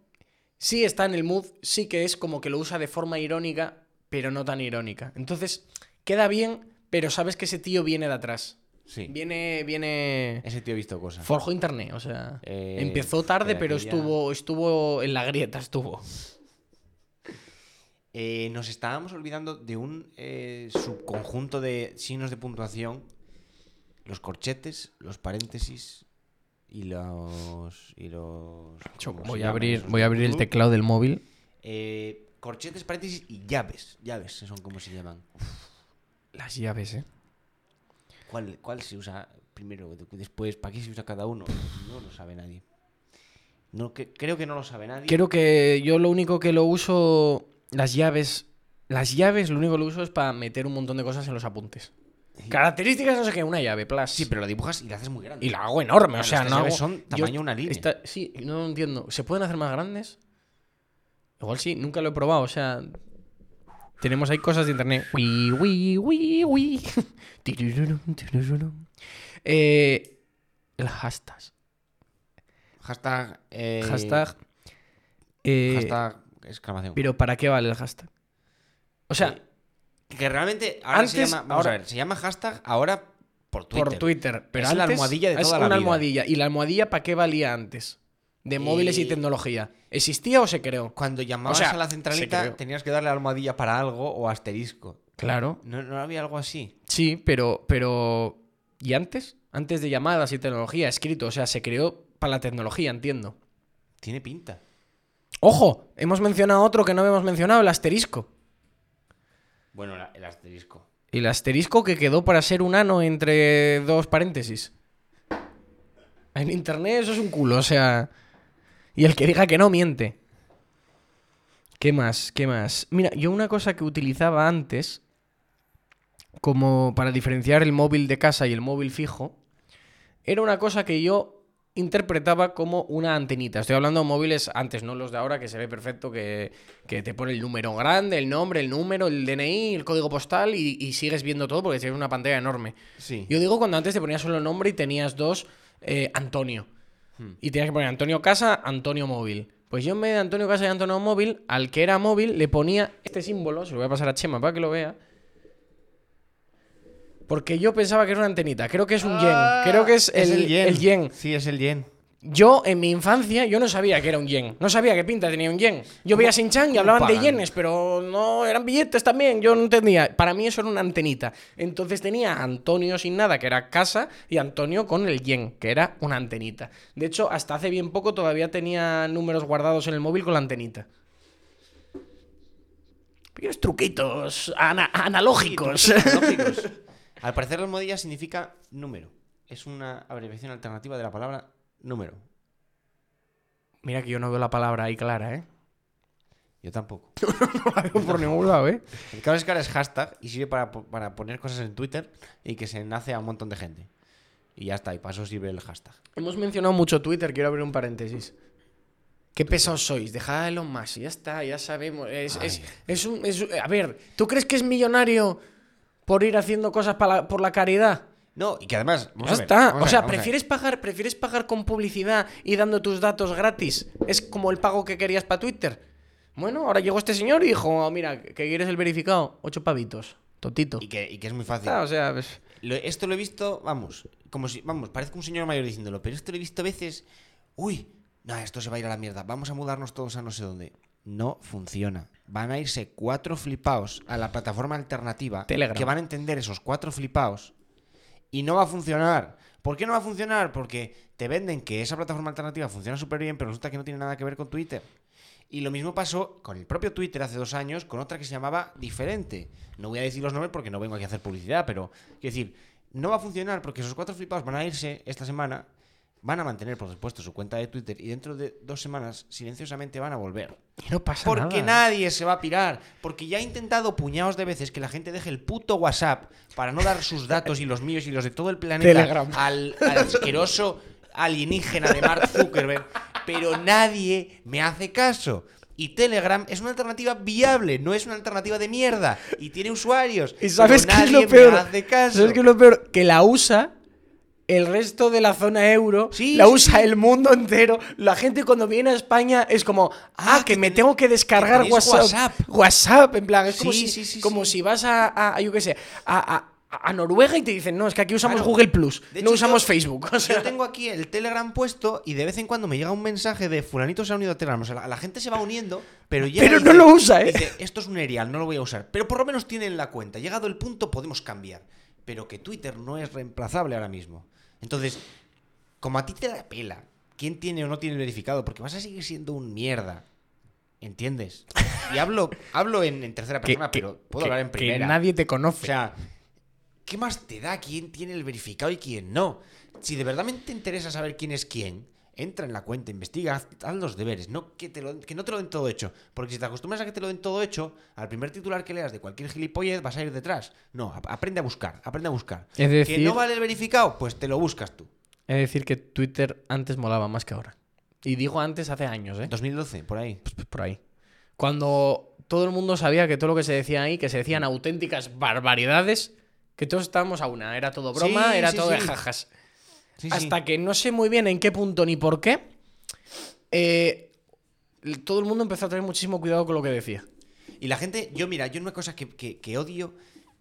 Sí está en el mood, sí que es como que lo usa de forma irónica, pero no tan irónica. Entonces, queda bien, pero sabes que ese tío viene de atrás.
Sí.
Viene, viene.
Ese tío ha visto cosas.
Forjó internet, o sea.
Eh,
empezó tarde,
espera,
pero
que ya- Pues
estuvo, estuvo en la grieta, estuvo.
Eh, nos estábamos olvidando de un eh, subconjunto de signos de puntuación. Los corchetes, los paréntesis y los... Y los ¿cómo se
voy a
llaman
abrir,
esos?
voy a abrir el teclado del móvil.
Eh, corchetes, paréntesis y llaves. Llaves son como se llaman.
Las llaves, eh.
¿Cuál, cuál se usa primero? de- Después, ¿para qué se usa cada uno? No lo sabe nadie. No, que- creo que no lo sabe nadie.
Creo que yo lo único que lo uso. Las llaves. Las llaves lo único que lo uso es para meter un montón de cosas en los apuntes. Características, no sé qué, una llave, plus.
Sí, pero lo dibujas y lo haces muy grande.
Y la hago enorme, o
Claro,
sea,
estas
no hago...
llaves son
yo-
tamaño una línea.
esta- Sí, no lo entiendo. ¿Se pueden hacer más grandes? Igual sí, nunca lo he probado, o sea... Tenemos ahí cosas de internet. Ui, ui, ui, ui. Tirururum, tirururum. Eh, el hashtag.
Hashtag... eh,
hashtag. eh,
hashtag exclamación.
Pero ¿para qué vale el hashtag? O sea,
Eh, que realmente ahora se
antes-
llama... Vamos
ahora-
a ver, se llama hashtag ahora por Twitter.
por Twitter. Pero
Es la
antes
almohadilla de
es
toda la
una
vida.
almohadilla. ¿Y la almohadilla para qué valía antes? De móviles y
Eh,
tecnología. ¿Existía o se creó?
Cuando llamabas
O sea,
a la
se
centralita
creó.
tenías que darle almohadilla para algo o asterisco.
Claro.
¿No, no había algo así?
Sí, pero, pero. ¿Y antes? Antes de llamadas y tecnología, escrito. O sea, se creó para la tecnología, entiendo.
Tiene pinta.
¡Ojo! Hemos mencionado otro que no habíamos mencionado, el asterisco.
Bueno, la- el asterisco.
El asterisco que quedó para ser un ano entre dos paréntesis. En internet eso es un culo, o sea. Y el que diga que no miente. ¿Qué más? ¿Qué más? Mira, yo una cosa que utilizaba antes, como para diferenciar el móvil de casa y el móvil fijo, era una cosa que yo interpretaba como una antenita. Estoy hablando de móviles antes, no los de ahora, que se ve perfecto que, que te pone el número grande, el nombre, el número, el DNI, el código postal y, y sigues viendo todo porque tienes una pantalla enorme.
Sí.
Yo digo cuando antes te ponías solo el nombre y tenías dos, eh, Antonio. Y tenías que poner Antonio Casa, Antonio Móvil. Pues yo en vez de Antonio Casa y Antonio Móvil, al que era móvil le ponía este símbolo, se lo voy a pasar a Chema para que lo vea. Porque yo pensaba que era una antenita, creo que es un yen, creo que Ah, es el, el yen.
Sí, es el yen.
Yo en mi infancia yo no sabía que era un yen, no sabía qué pinta tenía un yen. Yo veía Sin Chan y
cómo
hablaban de
pagan?
yenes, pero no eran billetes también, yo no entendía. Para mí eso era una antenita. Entonces tenía a Antonio sin nada, que era casa, y Antonio con el yen, que era una antenita. De hecho, hasta hace bien poco todavía tenía números guardados en el móvil con la antenita. Pequeños truquitos ana- analógicos.
Lógicos. Al parecer, la almohadilla significa número. Es una abreviación alternativa de la palabra número.
Mira que yo no veo la palabra ahí clara, ¿eh?
Yo tampoco.
No la veo por ningún lado, ¿eh?
El caso es que ahora es hashtag y sirve para, po- para poner cosas en Twitter y que se enlace a un montón de gente. Y ya está, y para eso sirve el hashtag.
Hemos mencionado mucho Twitter, quiero abrir un paréntesis. Qué pesados sois, dejad a Elon Musk, ya está, ya sabemos. Es, es-
Ay.
es un, es un- a ver, ¿tú crees que es millonario por ir haciendo cosas pa la- por la caridad?
No, y que además. vamos
Ya
a ver,
está.
vamos a
o
ver, vamos
sea,
a ver.
prefieres pagar, prefieres pagar con publicidad y dando tus datos gratis. Es como el pago que querías para Twitter. Bueno, ahora llegó este señor y dijo, "Ah, mira, que quieres el verificado, ocho pavitos, totito.
Y que, y que es muy fácil.
Ah, o sea, pues,
Lo- esto lo he visto, vamos, como si, vamos, parezco un señor mayor diciéndolo, pero esto lo he visto veces, uy, no, esto se va a ir a la mierda, vamos a mudarnos todos a no sé dónde. No funciona. Van a irse cuatro flipaos a la plataforma alternativa
Telegram.
que van a entender esos cuatro flipaos y no va a funcionar. ¿Por qué no va a funcionar? Porque te venden que esa plataforma alternativa funciona súper bien, pero resulta que no tiene nada que ver con Twitter. Y lo mismo pasó con el propio Twitter hace dos años, con otra que se llamaba Diferente. No voy a decir los nombres porque no vengo aquí a hacer publicidad, pero quiero decir, no va a funcionar porque esos cuatro flipados van a irse esta semana, van a mantener, por supuesto, su cuenta de Twitter y dentro de dos semanas, silenciosamente, van a volver.
y no pasa
Porque
nada.
nadie se va a pirar. Porque ya he intentado puñados de veces que la gente deje el puto WhatsApp para no dar sus datos y los míos y los de todo el planeta
Telegram.
Al, al asqueroso alienígena de Mark Zuckerberg. Pero nadie me hace caso. Y Telegram es una alternativa viable, no es una alternativa de mierda. Y tiene usuarios.
¿Y sabes qué
pero
es lo
nadie me
peor?
hace caso.
¿Sabes qué es lo peor? Que la usa el resto de la zona euro,
Sí,
la
sí,
usa el mundo entero. La gente cuando viene a España es como, ah, que, me tengo que descargar
tenéis
WhatsApp.
WhatsApp.
WhatsApp, en plan, es como,
Sí, sí,
si,
sí,
como
sí.
si vas a, a- a, yo qué sé, a, a- a Noruega y te dicen, no, es que aquí usamos
Claro.
Google Plus,
De
no
hecho,
usamos
yo-
Facebook. O sea,
Yo tengo aquí el Telegram puesto y de vez en cuando me llega un mensaje de fulanito se ha unido a Telegram. O sea, la, la gente se va uniendo, pero ya.
Pero no lo usa, ¿eh?
Dice, esto es un erial, no lo voy a usar. Pero por lo menos tienen la cuenta. Llegado el punto, podemos cambiar. Pero que Twitter no es reemplazable ahora mismo. Entonces, como a ti te da pela, quién tiene o no tiene el verificado, porque vas a seguir siendo un mierda. ¿Entiendes? Y hablo, hablo en, en tercera
que-
persona,
que-
pero puedo
que-
hablar en
que
primera.
nadie te conoce.
O sea, ¿qué más te da quién tiene el verificado y quién no? Si de verdad te interesa saber quién es quién, entra en la cuenta, investiga, haz, haz los deberes, no que, te lo- que no te lo den todo hecho. Porque si te acostumbras a que te lo den todo hecho, al primer titular que leas de cualquier gilipollez vas a ir detrás. No, ap- aprende a buscar, aprende a buscar.
Es
que
decir- ¿Eh?
no vale el verificado, pues te lo buscas tú.
Es decir, que Twitter antes molaba más que ahora. Y digo antes hace años, ¿eh?
2012, por ahí.
Pues por ahí. Cuando todo el mundo sabía que todo lo que se decía ahí, que se decían auténticas barbaridades, que todos estábamos a una. Era todo broma,
Sí,
era
sí,
todo de
sí.
jajas.
Sí, sí.
Hasta que no sé muy bien en qué punto ni por qué, eh, todo el mundo empezó a tener muchísimo cuidado con lo que decía.
Y la gente, yo mira, yo una cosa que, que- que odio,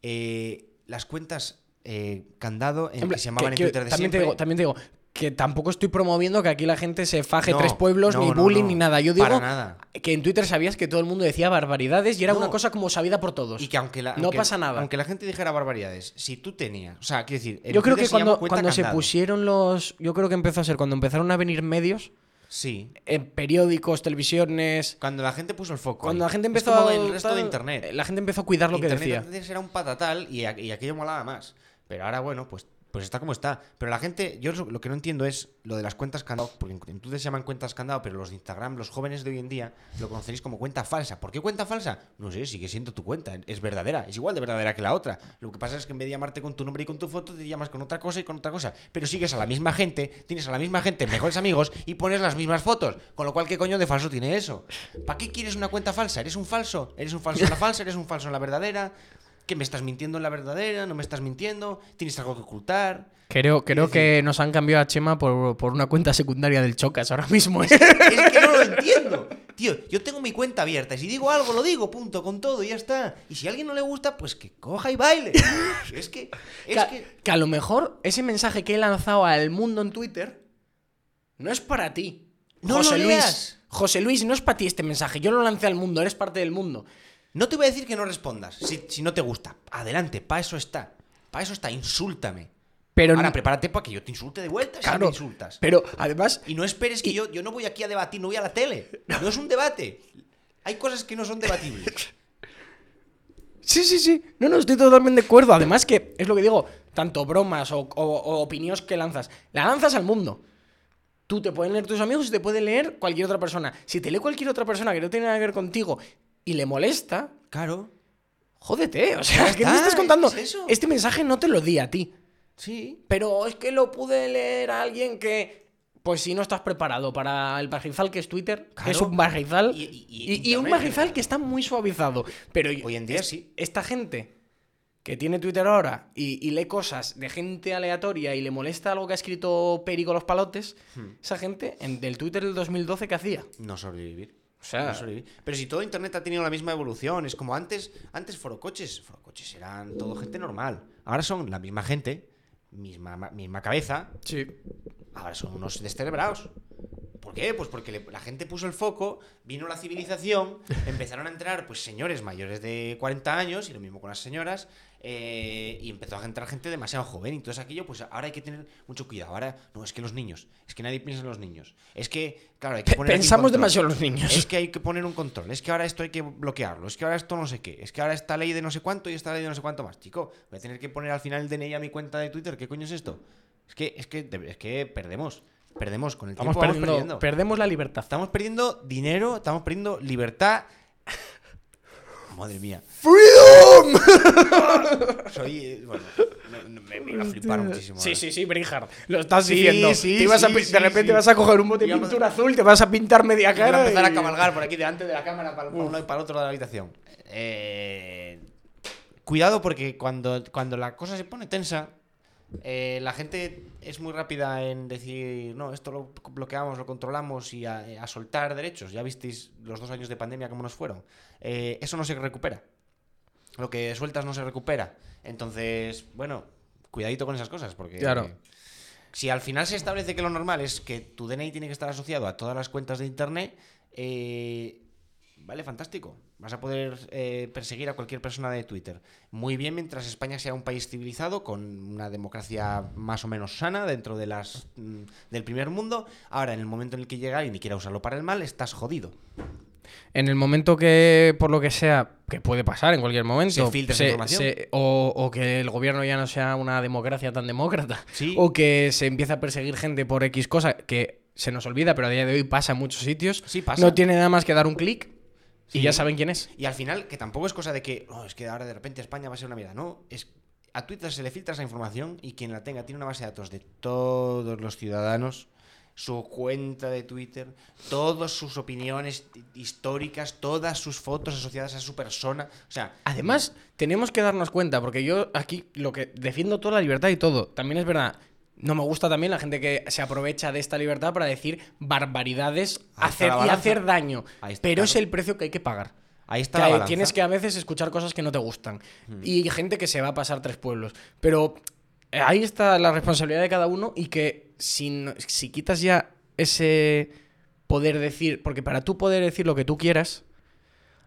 eh, las cuentas eh, candado en,
En
que
plan,
se llamaban
que-
en
que
Twitter de
también, te
siempre.
digo, también te digo que tampoco estoy promoviendo que aquí la gente se faje
No,
tres pueblos,
no,
ni
no,
bullying,
no.
ni nada. Yo digo
Para nada.
que en Twitter sabías que todo el mundo decía barbaridades y era
No.
una cosa como sabida por todos.
Y que aunque la,
No
aunque-
pasa nada.
Aunque la gente dijera barbaridades, si tú tenías. O sea, quiero decir. en
Yo creo
Twitter
que
se llama
cuando,
cuenta
cuando se
candado.
pusieron los. Yo creo que empezó a ser cuando empezaron a venir medios,
Sí.
en periódicos, televisiones.
Cuando la gente puso el foco.
Cuando
ahí.
la gente
Es
empezó
como
a.
el resto
tal,
de Internet.
La gente empezó a cuidar lo
Internet
que decía.
antes era un patatal y, a- y aquello molaba más. Pero ahora, bueno, pues, pues está como está. Pero la gente, yo lo lo que no entiendo es lo de las cuentas candado, porque en- en Twitter se llaman cuentas candado, pero los de Instagram, los jóvenes de hoy en día, lo conoceréis como cuenta falsa. ¿Por qué cuenta falsa? No sé, sigue siendo tu cuenta. Es verdadera, es igual de verdadera que la otra. Lo que pasa es que en vez de llamarte con tu nombre y con tu foto, te llamas con otra cosa y con otra cosa. Pero sigues a la misma gente, tienes a la misma gente, mejores amigos y pones las mismas fotos. Con lo cual, ¿qué coño de falso tiene eso? ¿Para qué quieres una cuenta falsa? ¿Eres un falso? ¿Eres un falso en la falsa? ¿Eres un falso en la verdadera? ¿Que me estás mintiendo en la verdadera? ¿No me estás mintiendo? ¿Tienes algo que ocultar?
Creo, creo
decir-
que nos han cambiado a Chema por, por una cuenta secundaria del Chocas ahora mismo. ¿eh?
Es que no lo entiendo. Tío, yo tengo mi cuenta abierta y si digo algo, lo digo, punto, con todo y ya está. Y si a alguien no le gusta, pues que coja y baile. Es que. Es
que, a-
que.
que a lo mejor ese mensaje que he lanzado al mundo en Twitter no es para ti.
No
José
lo
Luis.
leas.
José Luis, no es para ti este mensaje. Yo lo lancé al mundo, eres parte del mundo.
No te voy a decir que no respondas si, si no te gusta. Adelante, para eso está. Para eso está, insúltame.
Pero
Ahora
no-
prepárate para que yo te insulte de vuelta si me
claro,
insultas.
Pero además,
Y no esperes que yo, yo no voy aquí a debatir, no voy a la tele. No es un debate. Hay cosas que no son debatibles.
Sí, sí, sí. No, no, estoy totalmente de acuerdo. Además que, es lo que digo, tanto bromas o, o- o opiniones que lanzas, la lanzas al mundo. Tú te pueden leer tus amigos y te puede leer cualquier otra persona. Si te lee cualquier otra persona que no tiene nada que ver contigo y le molesta,
Claro.
jódete. O sea,
Ya
¿qué me
está,
estás contando?
es eso.
Este mensaje no te lo di a ti.
Sí.
Pero es que lo pude leer a alguien que... Pues si no estás preparado para el barrizal que es Twitter, que
Claro.
es un barrizal
Y- y- y
y, y un
Internet en
barrizal
general.
que está muy suavizado. Pero
Hoy en día
es-
sí.
Esta gente que tiene Twitter ahora y, y lee cosas de gente aleatoria y le molesta algo que ha escrito Perico los palotes, esa gente en, del Twitter del 2012 que hacía.
No sobrevivir. O
sea-
Pero si todo Internet ha tenido la misma evolución, es como antes, antes forocoches. Forocoches eran todo gente normal. Ahora son la misma gente, misma, ma- misma cabeza,
Sí.
ahora son unos descerebrados. ¿Por qué? Pues porque le- la gente puso el foco, vino la civilización, empezaron a entrar pues señores mayores de 40 años, y lo mismo con las señoras, eh, y empezó a entrar gente demasiado joven. Y entonces aquello, pues ahora hay que tener mucho cuidado. Ahora, no, es que los niños, es que nadie piensa en los niños. Es que, claro, hay que poner... aquí un
Pensamos
control.
demasiado los niños.
Es que hay que poner un control, es que ahora esto hay que bloquearlo, es que ahora esto no sé qué, es que ahora esta ley de no sé cuánto y esta ley de no sé cuánto más. Chico, voy a tener que poner al final el DNI a mi cuenta de Twitter, ¿qué coño es esto? Es que, es que, de- es que perdemos, perdemos con el
Vamos
tiempo.
perdiendo,
vamos perdiendo.
perdemos la libertad.
estamos perdiendo dinero, estamos perdiendo libertad. Madre mía. ¡Freedom! Soy. eh, Bueno, no, me, me iba a flipar muchísimo.
Sí,
ahora.
sí, sí, Brinhard. Lo estás
Sí,
diciendo.
sí,
Te ibas a
sí,
pin-
sí,
de repente
sí.
vas a coger un bote de
Íbamos a-
pintura azul, te vas a pintar media
Iban
cara.
a empezar
y-
a cabalgar por aquí delante de la cámara para, para un lado y para el otro lado de la habitación. Eh, cuidado porque cuando, cuando la cosa se pone tensa, eh, la gente es muy rápida en decir, no, esto lo bloqueamos, lo controlamos y a, a soltar derechos. Ya visteis los dos años de pandemia cómo nos fueron. Eh, eso no se recupera. Lo que sueltas no se recupera. Entonces, bueno, cuidadito con esas cosas porque...
Claro.
Si al final se establece que lo normal es que tu DNI tiene que estar asociado a todas las cuentas de internet, eh, vale, fantástico. Vas a poder eh, perseguir a cualquier persona de Twitter. Muy bien mientras España sea un país civilizado, con una democracia más o menos sana dentro de las mm, del primer mundo. Ahora, en el momento en el que llega alguien y quiera usarlo para el mal, estás jodido.
En el momento que, por lo que sea, que puede pasar en cualquier momento,
Se filtra esa información.
o, o que el gobierno ya no sea una democracia tan demócrata,
Sí.
o que se empieza a perseguir gente por X cosa que se nos olvida, pero a día de hoy pasa en muchos sitios.
Sí, pasa.
No tiene nada más que dar un clic y
Sí.
ya saben quién es.
Y al final, que tampoco es cosa de que, "Oh, es que ahora de repente España va a ser una mierda. No, es a Twitter se le filtra esa información y quien la tenga tiene una base de datos de todos los ciudadanos, su cuenta de Twitter, todas sus opiniones hi- históricas, todas sus fotos asociadas a su persona. O sea,
Además, tenemos que darnos cuenta, porque yo aquí lo que defiendo toda la libertad y todo, también es verdad. No me gusta también la gente que se aprovecha de esta libertad para decir barbaridades
Ahí está
hacer,
la
y
balanza.
hacer daño.
Ahí está,
pero
claro.
es el precio que hay que pagar.
ahí
Que
está la
hay-
balanza. Mm.
tienes que a veces escuchar cosas que no te gustan. Y gente que se va a pasar tres pueblos. Pero eh, ahí está la responsabilidad de cada uno y que si, no- si quitas ya ese poder decir, porque para tú poder decir lo que tú quieras,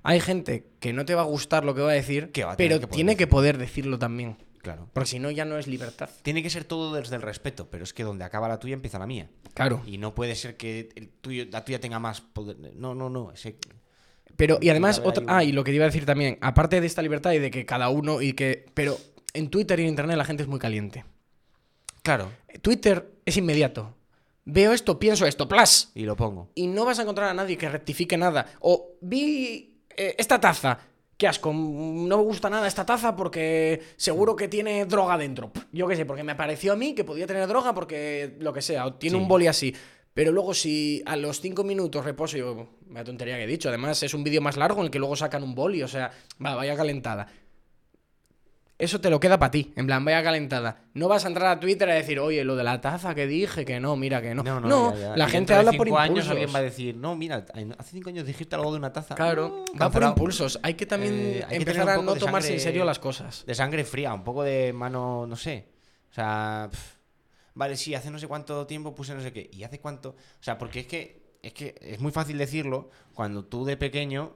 hay gente que no te va a gustar lo que va a decir,
Que va a tener
pero
que poder
tiene que
decir.
poder decirlo también.
Claro.
Porque si no, ya no es libertad.
Tiene que ser todo desde el respeto, pero es que donde acaba la tuya empieza la mía.
Claro.
Y no puede ser que el tuyo, la tuya tenga más poder. No, no, no. ese-
Pero, y
Tiene
además,
que haber
otra,
ahí un-
ah, y lo que te iba a decir también, aparte de esta libertad y de que cada uno y que. Pero en Twitter y en Internet la gente es muy caliente.
Claro.
Twitter es inmediato. Veo esto, pienso esto, plus.
Y lo pongo.
Y no vas a encontrar a nadie que rectifique nada. O vi eh, esta taza. Qué asco, mm, no me gusta nada esta taza porque seguro que tiene droga dentro. Pff, Yo qué sé, porque me pareció a mí que podía tener droga porque lo que sea, o tiene
Sí.
un boli así. Pero luego si a los cinco minutos reposo, yo, la tontería que he dicho, además es un vídeo más largo en el que luego sacan un boli, o sea, va, vaya calentada eso te lo queda para ti, en plan, vaya calentada. No vas a entrar a Twitter a decir, oye, lo de la taza que dije, que no, mira que no. No,
ya, ya.
la
Y
gente
dentro de
habla por
cinco años
impulsos.
alguien va a decir, no, mira, hace cinco años dijiste algo de una taza.
Claro,
Mm,
va por
cancelado.
impulsos. Hay que también
Eh, hay que tener
empezar
un
a
poco
no
de
tomarse en
sangre-
serio las cosas.
De sangre fría, un poco de mano, no sé. O sea, pf, vale, sí, hace no sé cuánto tiempo puse no sé qué. ¿Y hace cuánto? O sea, porque es que es, que es muy fácil decirlo cuando tú de pequeño...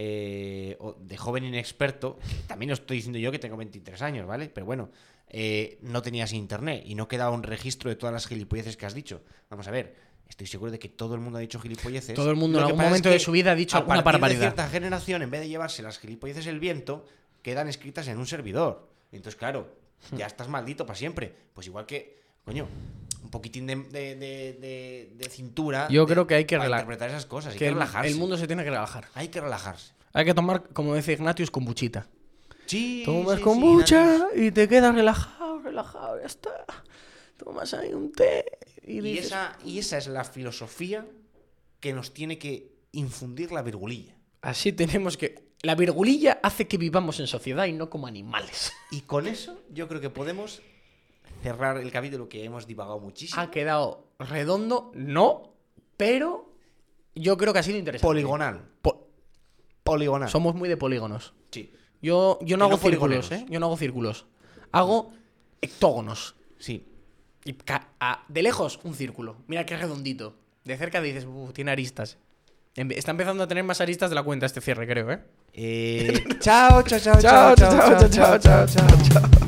eh, o de joven inexperto, que también lo estoy diciendo yo que tengo 23 años, ¿vale? Pero bueno, eh, no tenías internet y no quedaba un registro de todas las gilipolleces que has dicho. Vamos a ver, estoy seguro de que todo el mundo ha dicho gilipolleces.
Todo el mundo en
Lo que
algún
pasa es
momento de
que
su vida ha dicho
a partir
alguna
de
barbaridad.
cierta esta generación, en vez de llevarse las gilipolleces el viento, quedan escritas en un servidor. Entonces, claro,
Hmm.
ya estás maldito para siempre. Pues igual que, coño, un poquitín de, de- de- de- de cintura.
Yo
de-
creo que hay que
para
rela-
interpretar esas cosas, Pues hay
Que
que
el,
relajarse.
el mundo se tiene que relajar.
Hay que relajarse.
Hay que tomar, como dice Ignatius, kombuchita.
Sí,
Tomas
sí, sí,
kombucha
Nacho.
y te quedas relajado, relajado, ya está. Tomas ahí un té y
Y
dices...
esa, y esa es la filosofía que nos tiene que infundir la virgulilla.
Así tenemos que... La virgulilla hace que vivamos en sociedad y no como animales.
Y con eso yo creo que podemos cerrar el capítulo que hemos divagado muchísimo.
ha quedado redondo, no, pero yo creo que ha sido interesante.
Poligonal.
Po-
Poligonal.
Somos muy de polígonos.
Sí.
Yo, yo no
Que no
hago círculos, ¿eh?
poligoneros.
Yo no hago círculos. Hago hectógonos.
Sí.
Y ca- a- de lejos, un círculo. Mira qué redondito. De cerca dices, "Uh, tiene aristas. Em- Está empezando a tener más aristas de la cuenta este cierre, creo, ¿eh?
Eh, chao, chao, chao, chao, chao, chao, chao, chao, chao.